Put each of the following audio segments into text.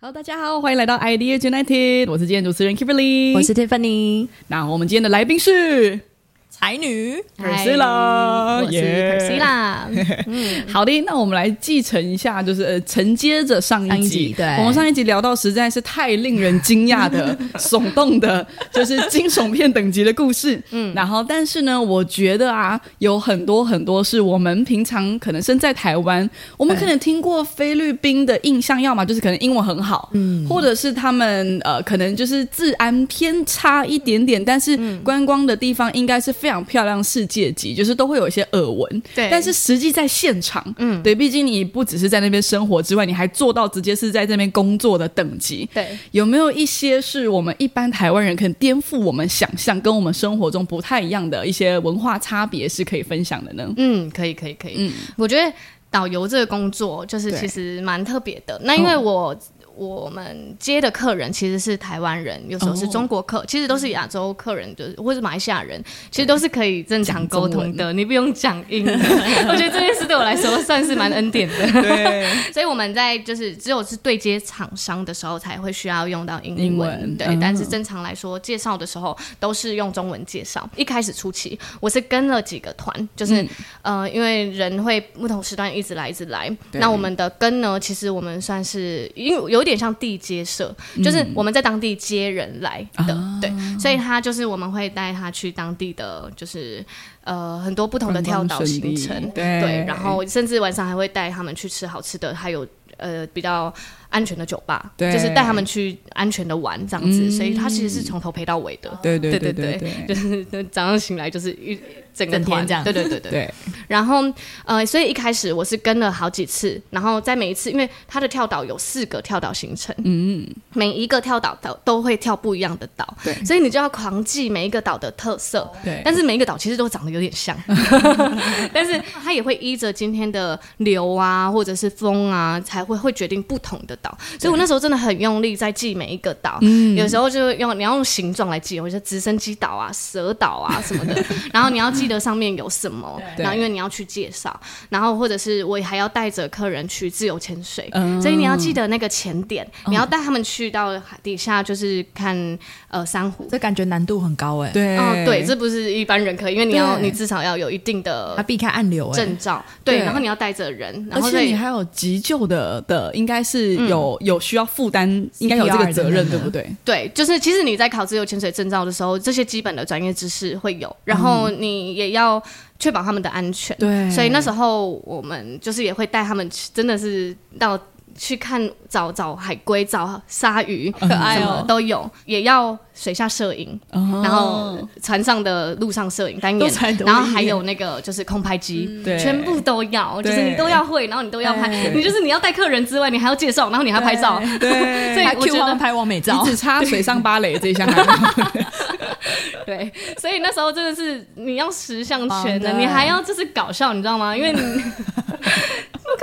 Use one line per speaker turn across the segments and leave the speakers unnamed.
Hello，大家好，欢迎来到 Idea United，我是今天主持人 Kimberly，
我是 Tiffany，
那我们今天的来宾是
才女，
Priscilla，
我是
yeah
Priscilla，
好的，那我们来继承一下，就是呃，承接着上一集，
上一集对
我们上一集聊到实在是太令人惊讶的、 耸动的，就是惊悚片等级的故事。嗯，然后但是呢，我觉得啊，有很多很多是我们平常可能身在台湾，我们可能听过菲律宾的印象，要么就是可能英文很好，嗯，或者是他们呃，可能就是治安偏差一点点，但是观光的地方应该是非常漂亮，世界级，就是都会有一些耳闻。
对
但是实际在现场，嗯，对，毕竟你不只是在那边生活之外，你还做到直接是在这边工作的等级。
对，
有没有一些是我们一般台湾人可能颠覆我们想象，跟我们生活中不太一样的一些文化差别是可以分享的呢？
嗯，可以，可以，可以。
嗯
我觉得导游这个工作就是
对哦
其实蛮特别的。那因为我、我们接的客人其实是台湾人，有时候是
哦
中国客，其实都是亚洲客人，就是或是马来西亚人，其实都是可以正常沟通的，你不用讲英 文。我觉得这件事对我来说算是蛮恩典的。
对，
所以我们在就是只有是对接厂商的时候才会需要用到英文，
英文
对。
嗯
但是正常来说，介绍的时候都是用中文介绍。一开始初期，我是跟了几个团，
嗯
就是、呃，因为人会不同时段一直来一直来。
对
那我们的跟呢，其实我们算是因为有点像地接社，
嗯
就是我们在当地接人来的，
啊
对。所以他就是我们会带他去当地的，就是呃很多不同的跳
观光
岛
胜
行
地
程，
对
对，然后甚至晚上还会带他们去吃好吃的，还有呃比较安全的酒吧，
对嗯
就是带他们去安全的玩这样子，所以他其实是从头陪到尾的。
对对
对
对
对就是早上醒来就是一整个
嗯整天
团
这样
对对对对。
对，
然后呃，所以一开始我是跟了好几次，然后在每一次，因为他的跳岛有四个跳岛行程，嗯，每一个跳岛都都会跳不一样的岛，
对
所以你就要狂记每一个岛的特色，
对
但是每一个岛其实都长得有点 像，但是它也会依着今天的流啊，或者是风啊，才会会决定不同的岛。所以我那时候真的很用力在记每一个岛，
嗯
有时候就用你要用形状来记，我说直升机岛啊、蛇岛啊什么的，然后你要记得上面有什么，
对
然后因为你要去介绍，然后或者是我还要带着客人去自由潜水，
嗯
所以你要记得那个潜点，你要带他们去到海底下就是看呃珊瑚。
这感觉难度很高哎。，
对，
哦，对，这不是一般人可以，因为你要
对
你至少要有一定的
他避开暗流哎
证，照，对，
对
然后你要带着人，然
而
后
且
所以嗯
你还有急救的的，应该是有、有需要负担，应该有这个
CPR
责任，
等等的
对不对？
对，就是其实你在考自由潜水证照的时候，这些基本的专业知识会
嗯
有，然后你也要确保他们的安全。
对
所以那时候我们就是也会带他们去，真的是到去看找找海龟、找鲨鱼，
嗯
可
哎
爱哦
都有，也要水下摄影，
哦
然后船上的路上摄影单
都
眼
才，多
然后
一
还
眼
有那个就是空拍机，
对
全部都要，就是
对
你都要会，然后你都要拍，你就是你要带客人之外，你还要介绍，然后你还要拍照，
对
所以
还
我
Q
觉
他们
得
拍完美照
你，只差水上芭蕾这一项还没有，
对，所以那时候真的是你要十项全
哦
能，
对
你还要就是搞笑，你知道吗？因为 你不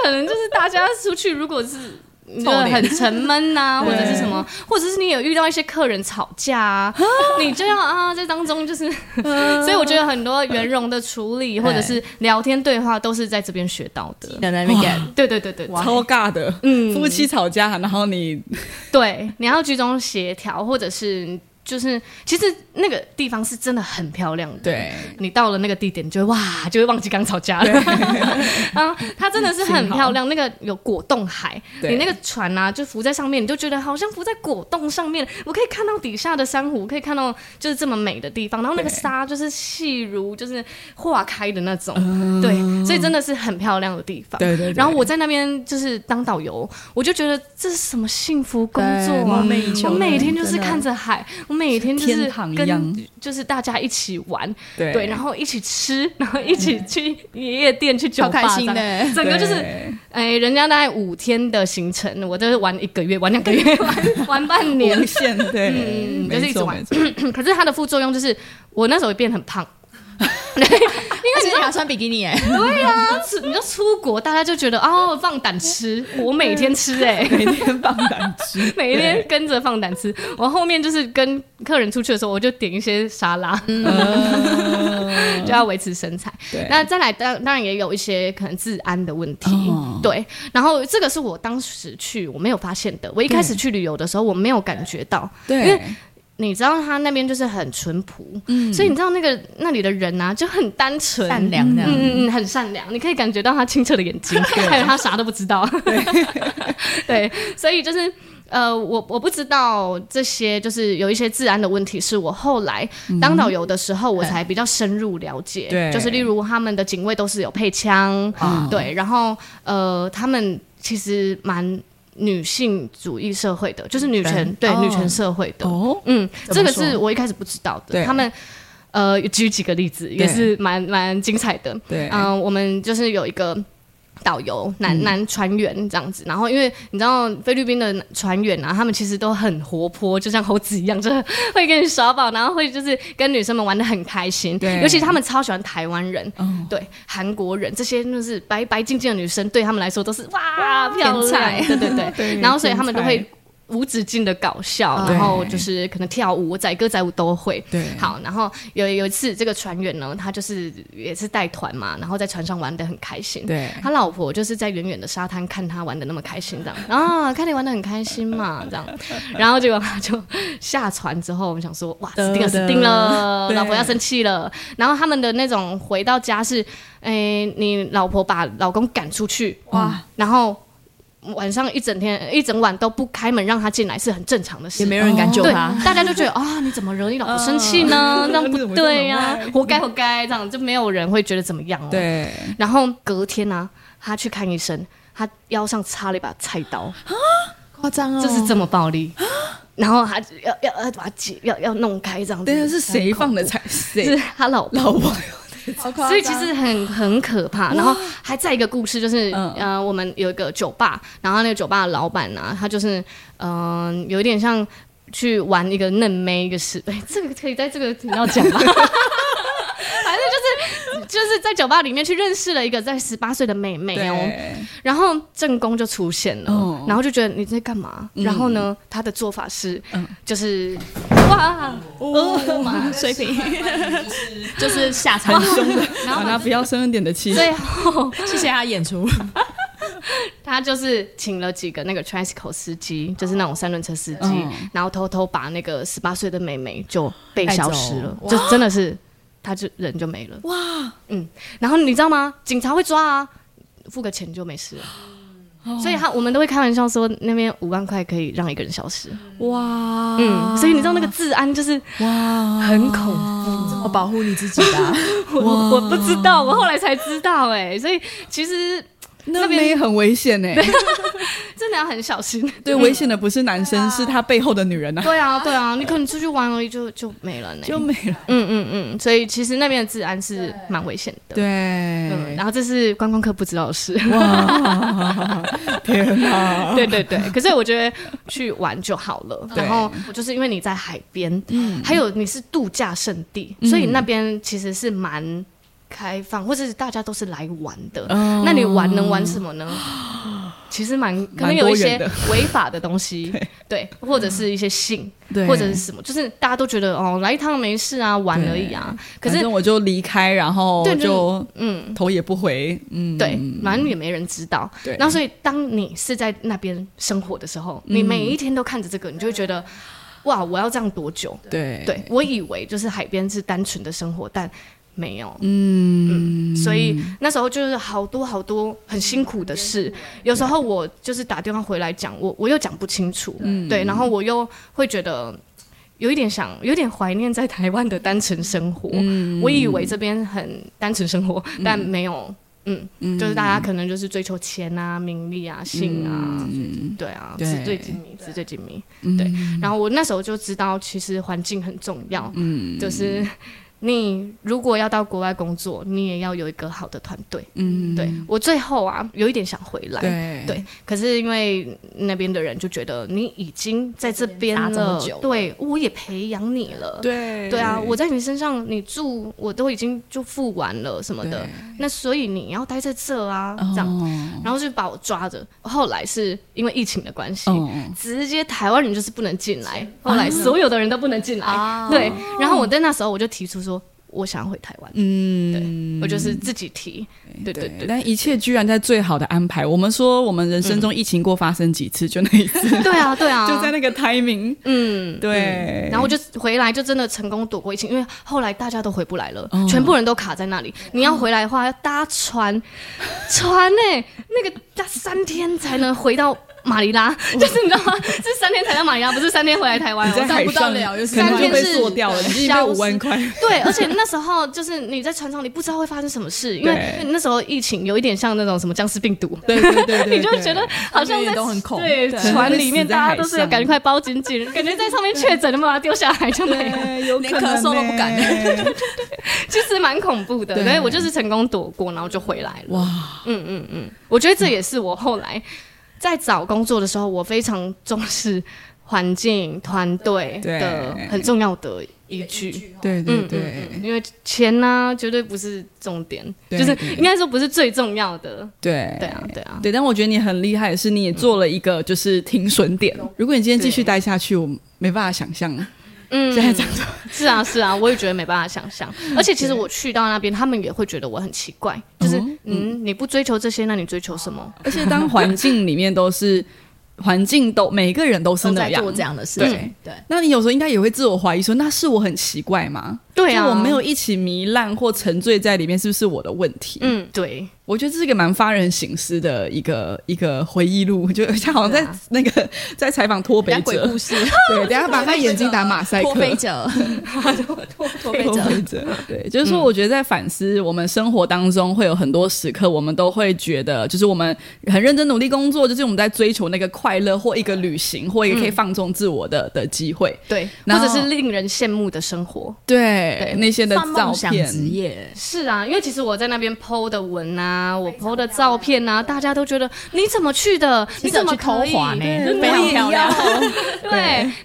可能就是大家出去，如果是。你觉得
脸
很沉闷呐、 或
对
者是什么，或者是你有遇到一些客人吵架 啊，你就要啊，在当中就是，
嗯
所以我觉得很多圆融的处理或者是聊天对话都是在这边学到的。
在那边 get，
对对对对，对
超尬的。
嗯
夫妻吵架，然后你
对，你要居中协调，或者是就是，其实那个地方是真的很漂亮的。
对
你到了那个地点，你就会哇，就会忘记刚吵架 了。啊，它真的是很漂亮，那个有果冻海，
对
你那个船啊，就浮在上面，你就觉得好像浮在果冻上面，我可以看到底下的珊瑚，可以看到就是这么美的地方，然后那个
对
沙就是细如就是化开的那种，对，所以真的是很漂亮的地方。
嗯对对对
然后我在那边就是当导游，我就觉得这是什么幸福工作
对
啊！
梦寐以求
我
的
每天就
真
是
的
看着海，我每天就是
天堂一样
跟就是大家一起玩，
对
对，然后一起吃， 然后一起去夜店去酒吧，
超开心
这样
的
整个就是
对
哎、人家大概五天的行程，我就是玩一个月，玩两个月，玩 玩半年
无，限对，
嗯
没
就是一直
错
玩
没错
可是它的副作用就是我那时候也变得很胖。对，
而且你还穿比基尼哎，
对呀、出你就出国，大家就觉得哦，放胆吃，我每天吃哎、
每天放胆 汁，
每天跟着放胆吃。我后面就是跟客人出去的时候，我就点一些沙拉， 就要维持身材。
嗯对，
那再来，当当然也有一些可能治安的问题，
哦
对。然后这个是我当时去我没有发现的，我一开始去旅游的时候我没有感觉到，因
对
为，你知道他那边就是很淳朴，
嗯
所以你知道那个那里的人啊就很单纯，
善良的，
嗯嗯嗯，很善良，你可以感觉到他清澈的眼睛，还有他啥都不知道。 对，所以就是呃，我我不知道这些，就是有一些治安的问题，是我后来当导游的时候，我才比较深入了解。
对
就是例如他们的警卫都是有配枪，
嗯
对，然后呃，他们其实蛮女性主义社会的，就是女权
人
对、
哦
女权社会的。
哦，
嗯，
怎
这
么
个
说
是我一开始不知道
对
的。他们呃举几个例子，也是蛮蛮精彩的。
对，
嗯、我们就是有一个。导游男
嗯
男船员这样子，然后因为你知道菲律宾的船员啊，他们其实都很活泼，就像猴子一样，就是会跟你耍宝，然后会就是跟女生们玩的很开心。
对
尤其他们超喜欢台湾人，
哦
对韩国人这些就是白白净净的女生，对他们来说都是哇漂
天才
亮，对对 对。
对
然后所以他们都会无止境的搞笑，
对
然后就是可能跳舞、载歌载舞都会。
对，
好，然后有有一次这个船员呢，他就是也是带团嘛，然后在船上玩的很开心。
对，
他老婆就是在远远的沙滩看他玩的那么开心，这样啊，看你玩的很开心嘛，这样，然后结果他就下船之后，我们想说，哇，死定了，死定了，
对
老婆要生气了。然后他们的那种回到家是，哎、你老婆把老公赶出去，嗯
哇，
然后晚上一整天一整晚都不开门让他进来是很正常的事
也。没有人敢救
对
他，，啊
大家就觉得啊、你怎么惹你老婆生气呢？这样不对呀、活该活该，这样就没有人会觉得怎么样哦。
对，
然后隔天呢、他去看医生，他腰上插了一把菜刀，
夸张哦，
嗯
就是这么暴 力。然后他就要要要把它解要要弄开这样子。
但是是谁放 的菜？
是
谁
他老婆。
老婆？
好夸张，
所以其实很很可怕，然后还在一个故事，就是、
嗯
呃，我们有一个酒吧，然后那个酒吧的老板呢、他就是嗯、呃有一点像去玩一个嫩妹一个事， 哎，这个可以在这个频道讲 吗？反正就是就是在酒吧里面去认识了一个在十八岁的妹妹哦，
对，
然后正宫就出现了，
哦
然后就觉得你在干嘛？
嗯
然后呢，他的做法是，
嗯
就是哇，
哦，水平就是下场，
然后他不要生一点的气，
最后
谢谢他演 出，
他就是请了几个那个 tricycle 司机，就是那种三轮车司机，
嗯
然后偷偷把那个十八岁的妹妹就被消失了
带，走
就真的是，他就人就没了。哇，嗯，然后你知道吗？警察会抓啊，付个钱就没事了。所以他我们都会开玩笑说，那边五万块可以让一个人消失。
哇，
嗯，所以你知道那个治安就是
哇，
很恐
我保护你自己啊 吧，
怖， 我我不知道，我后来才知道哎、所以其实
那边也很危险呢。欸
真的要很小心。
对，危险的不是男
啊
生，是他背后的女人呐，
对啊，对啊，你可能出去玩而已就就没了呢、
就没了。
嗯嗯嗯，所以其实那边的治安是蛮危险的。嗯，
对，
然后这是观光客不知道的 事。
哇，天哪！
对对对，可是我觉得去玩就好了。
对
然后就是因为你在海边，还有你是度假胜地，所以那边其实是蛮开放，或者是大家都是来玩的。
哦
那你玩能玩什么呢？其实蛮可能有一些
蛮多元
违法的 东西，对，或者是一些性，
对
或者是什么，就是大家都觉得哦，来一趟没事啊，玩而已啊。可
反
是
正我就离开，然后
对
就
嗯，
头也不回。嗯，
对，反正也没人知道。
对
然后所以当你是在那边生活的时候，你
嗯
每一天都看着这个，你就会觉得，哇，我要这样多久？
对
对我以为就是海边是单纯的生活，但没有。嗯所以那时候就是好多好多很辛苦的事，有时候我就是打电话回来讲，我我又讲不清楚，对，然后我又会觉得。有一点想，有点怀念在台湾的单纯生活。我以为这边很单纯生活，但没有。嗯，就是大家可能就是追求钱啊、名利啊、性啊，对啊，
对
纸醉金迷，纸醉金迷。对，然后我那时候就知道，其实环境很重要。嗯，就是你如果要到国外工作，你也要有一个好的团队。
嗯，
对我最后啊，有一点想回来。
对
对，可是因为那边的人就觉得你已经在这边
扎这么
了，
久了
对我也培养你了，
对
对啊，我在你身上你住我都已经就付完了什么的
对，
那所以你要待在这啊，这样，
哦
然后就把我抓着。后来是因为疫情的关系，
哦啊
直接台湾
哦
人就是不能进来，后来所有的人都不能进来。对，然后我在那时候我就提出说，我想要回台湾。嗯，对我就是自己提，对对对。
但一切居然在最好的安排。我们说，我们人生中疫情过发生几次，就那一次。
对啊，对啊，
就在那个 timing。
嗯，
对。
然后我就回来，就真的成功躲过疫情，因为后来大家都回不来了，
哦
全部人都卡在那里。你要回来的话，要搭船，船呢，那个搭三天才能回到。马尼拉就是你知道吗？是三天才到马尼拉，不是三天回来台湾。哦
你在
到
海
不到
上
了，
可
三
能就
天
被
是
做掉了，你已经被五万块。
对，而且那时候就是你在船上，你不知道会发生什么事，因为
对
那时候疫情有一点像那种什么僵尸病毒，
对对对对，
你就会觉得好像在
都很恐
对
对
船里面
会死在
大
海
家都是有
上
赶快包紧紧，感觉在上面确诊了，把它丢下海就没了，
对有
连
可能欸
咳嗽都不
呢
敢。
其实蛮恐怖的。
对
所以我就是成功躲过，然后就回来了。
哇，
嗯嗯嗯，我觉得这也是我后来在找工作的时候，我非常重视环境、团队
对
的很重要的依据。
对对
嗯，
对
嗯嗯，因为钱呢、绝对不是重点，
对
就是
对哎
应该说不是最重要的。
对
对啊，对啊，
对，但我觉得你很厉害，是
嗯
你也做了一个就是停损点。如果你今天继续待下去，我没办法想象
嗯
现，在长这样。
是啊，是啊，我也觉得没办法想 象。而且其实我去到那边，他们也会觉得我很奇怪，就是
哦
嗯，你不追求这些，那你追求什么？
而且当环境里面都是 环境都每个人都是
都
那
在
样
做，这样的事
对
情，对，
那你有时候应该也会自我怀疑说，那是我很奇怪吗？
对啊，
就我没有，一起糜烂或沉醉在里面，是不是我的问题？
嗯，对，
我觉得这是一个蛮发人省思的一个一个回忆录， 就像好像在
对啊
那个 在采访脱北
讲鬼
者
故，事，
对，等一下把他眼睛打马赛 克，
脱北者，脱 脱北
脱
者，
北者，对，就是
嗯
说，我觉得在反思我们生活当中，会有很多时刻，我们都会觉得，就是我们很认真努力工作，就是我们在追求那个快乐，或一个旅行，或一
嗯
个可以放纵自我的、的机会，
对，
然
或
后
者是令人羡慕的生活。
对那些的
算
照
梦想
片，
职业，
是啊，因为其实我在那边 PO 的文啊，我 PO 的照片啊，大家都觉得你怎么去的？你怎么
去偷
可以
滑呢？
对
非常漂亮。
对，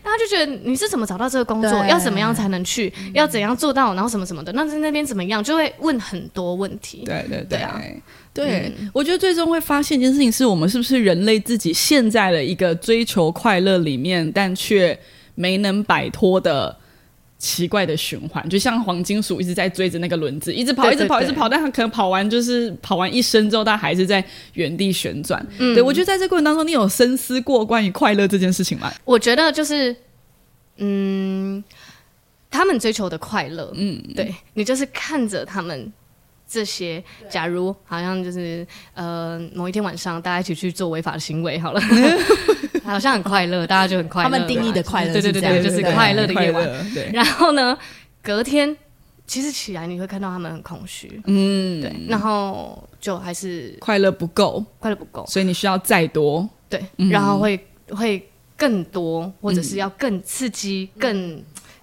大家就觉得你是怎么找到这个工作，
对
要怎么样才能去，要怎样做到，然后什么什么的，那在那边怎么样，就会问很多问题。
对对
对啊嗯
对，我觉得最终会发现一件事情，是我们是不是人类自己陷在了一个追求快乐里面，但却没能摆脱的奇怪的循环，就像黄金鼠一直在追着那个轮子，一直跑，
对
一直跑，一
对
直跑，但它可能跑完就是跑完一生之后，它还是在原地旋转。
嗯
对我觉得在这过程当中，你有深思过关于快乐这件事情吗？
我觉得就是，嗯，他们追求的快乐，嗯，对你就是看着他们。这些，假如好像就是呃某一天晚上大家一起去做违法的行为， 好了，好像很快乐，大家就很快乐。
他们定义的快乐
对
是
对对
这样
对，就是快乐的夜晚。，
对，
然后呢，隔天其实起来你会看到他们很空虚，
嗯，
对，然后就还是
快乐不够，
快乐不够，
所以你需要再多，
对，然后会会更多，或者是要更刺激，更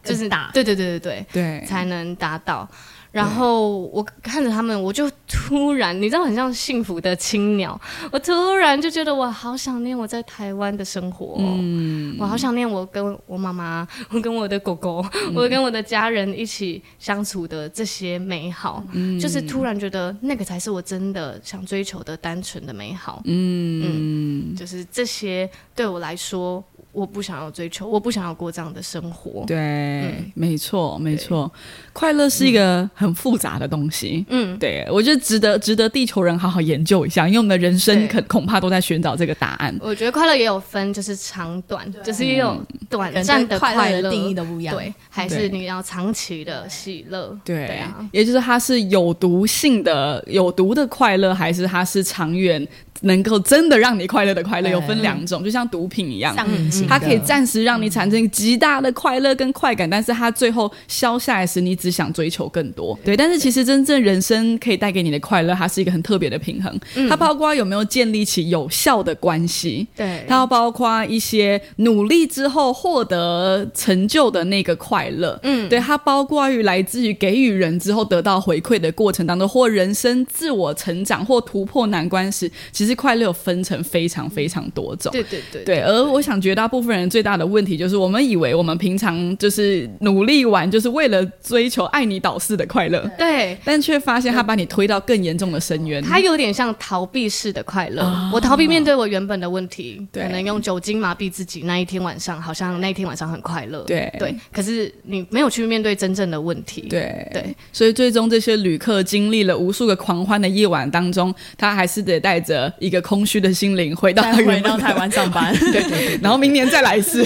就是
更大
对对对对
对
对，，才能达到。然后我看着他们，我就突然，你知道，很像幸福的青鸟。我突然就觉得，我好想念我在台湾的生活、嗯，我好想念我跟我妈妈，我跟我的狗狗，我跟我的家人一起相处的这些美好。就是突然觉得那个才是我真的想追求的单纯的美好。嗯就是这些对我来说，我不想要追求，我不想要过这样的生活。
对，没错，没错，快乐是一个很复杂的东西。
嗯，
对，我觉得值得值得地球人好好研究一下，因为我们的人生
对
可恐怕都在寻找这个答案。
我觉得快乐也有分，就是长短，就是也有短
人
暂
对
的
快乐
乐
的定义啊都不一样。
对，还
嗯对
是你要长期的喜乐。
对，
啊，
也就是它是有毒性的、有毒的快乐，还是它是长远能够真的让你快乐的快乐，
对
有分两种，就像毒品一样。
上瘾性的，
它可以暂时让你产生极大的快乐跟快感，但是它最后消下来时，你只想追求更多。对，但是其实真正人生可以带给你的快乐，它是一个很特别的平衡。它包括有没有建立起有效的关系，
对啊
它要包括一些努力之后获得成就的那个快乐。嗯，对，它包括于来自于给予人之后得到回馈的过程当中，或人生自我成长或突破难关时，其实实快乐有分成非常非常多种。
对对对
对，而我想绝大部分人最大的问题就是，我们以为我们平常就是努力玩，就是为了追求爱你导师的快乐，
对。
但却发现他把你推到更严重的深渊。
它有点像逃避式的快乐，我逃避面对我原本的问题，
啊对
可能用酒精麻痹自己。那一天晚上，好像那一天晚上很快乐，
对
对。可是你没有去面对真正的问题，
对
对，
所以最终这些旅客经历了无数个狂欢的夜晚当中，他还是得带着一个空虚的心灵回到
再
他原
回
本
到
的
台，湾上 班，
对对对，然后明年再来一次。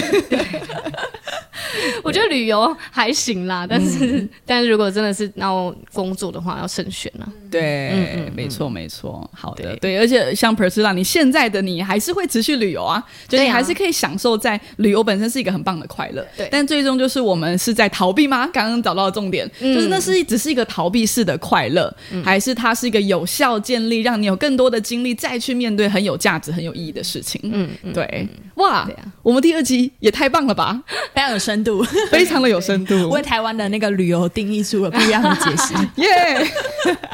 我觉得旅游还行啦，但是、
嗯
但是如果真的是要工作的话，要慎选啊。
对，
嗯嗯嗯
没错没错，好的，
对
对，而且像 Priscilla，你现在的你还是会持续旅游啊，就是
对啊
你还是可以享受在旅游本身是一个很棒的快乐，
对
但最终就是我们是在逃避吗？刚刚找到的重点，
嗯
就是那是只是一个逃避式的快乐，还是它是一个有效建立，让你有更多的精力再去面对很有价值、很有意义的事情？
嗯，嗯
对，哇，
对啊
我们第二集也太棒了 吧，
非常有深 度，
非常的有深度
为，台湾的那个旅游定义出了不一样的解析。
耶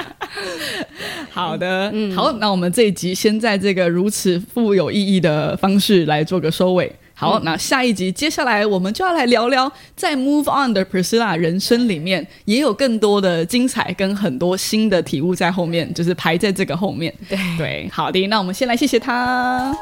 好的，好，那我们这一集先在这个如此富有意义的方式来做个收尾。好，那下一集接下来我们就要来聊聊，在 Move On 的 Priscilla 人生里面，也有更多的精彩跟很多新的体悟在后面，就是排在这个后面。
对
对，好的，那我们先来谢谢他。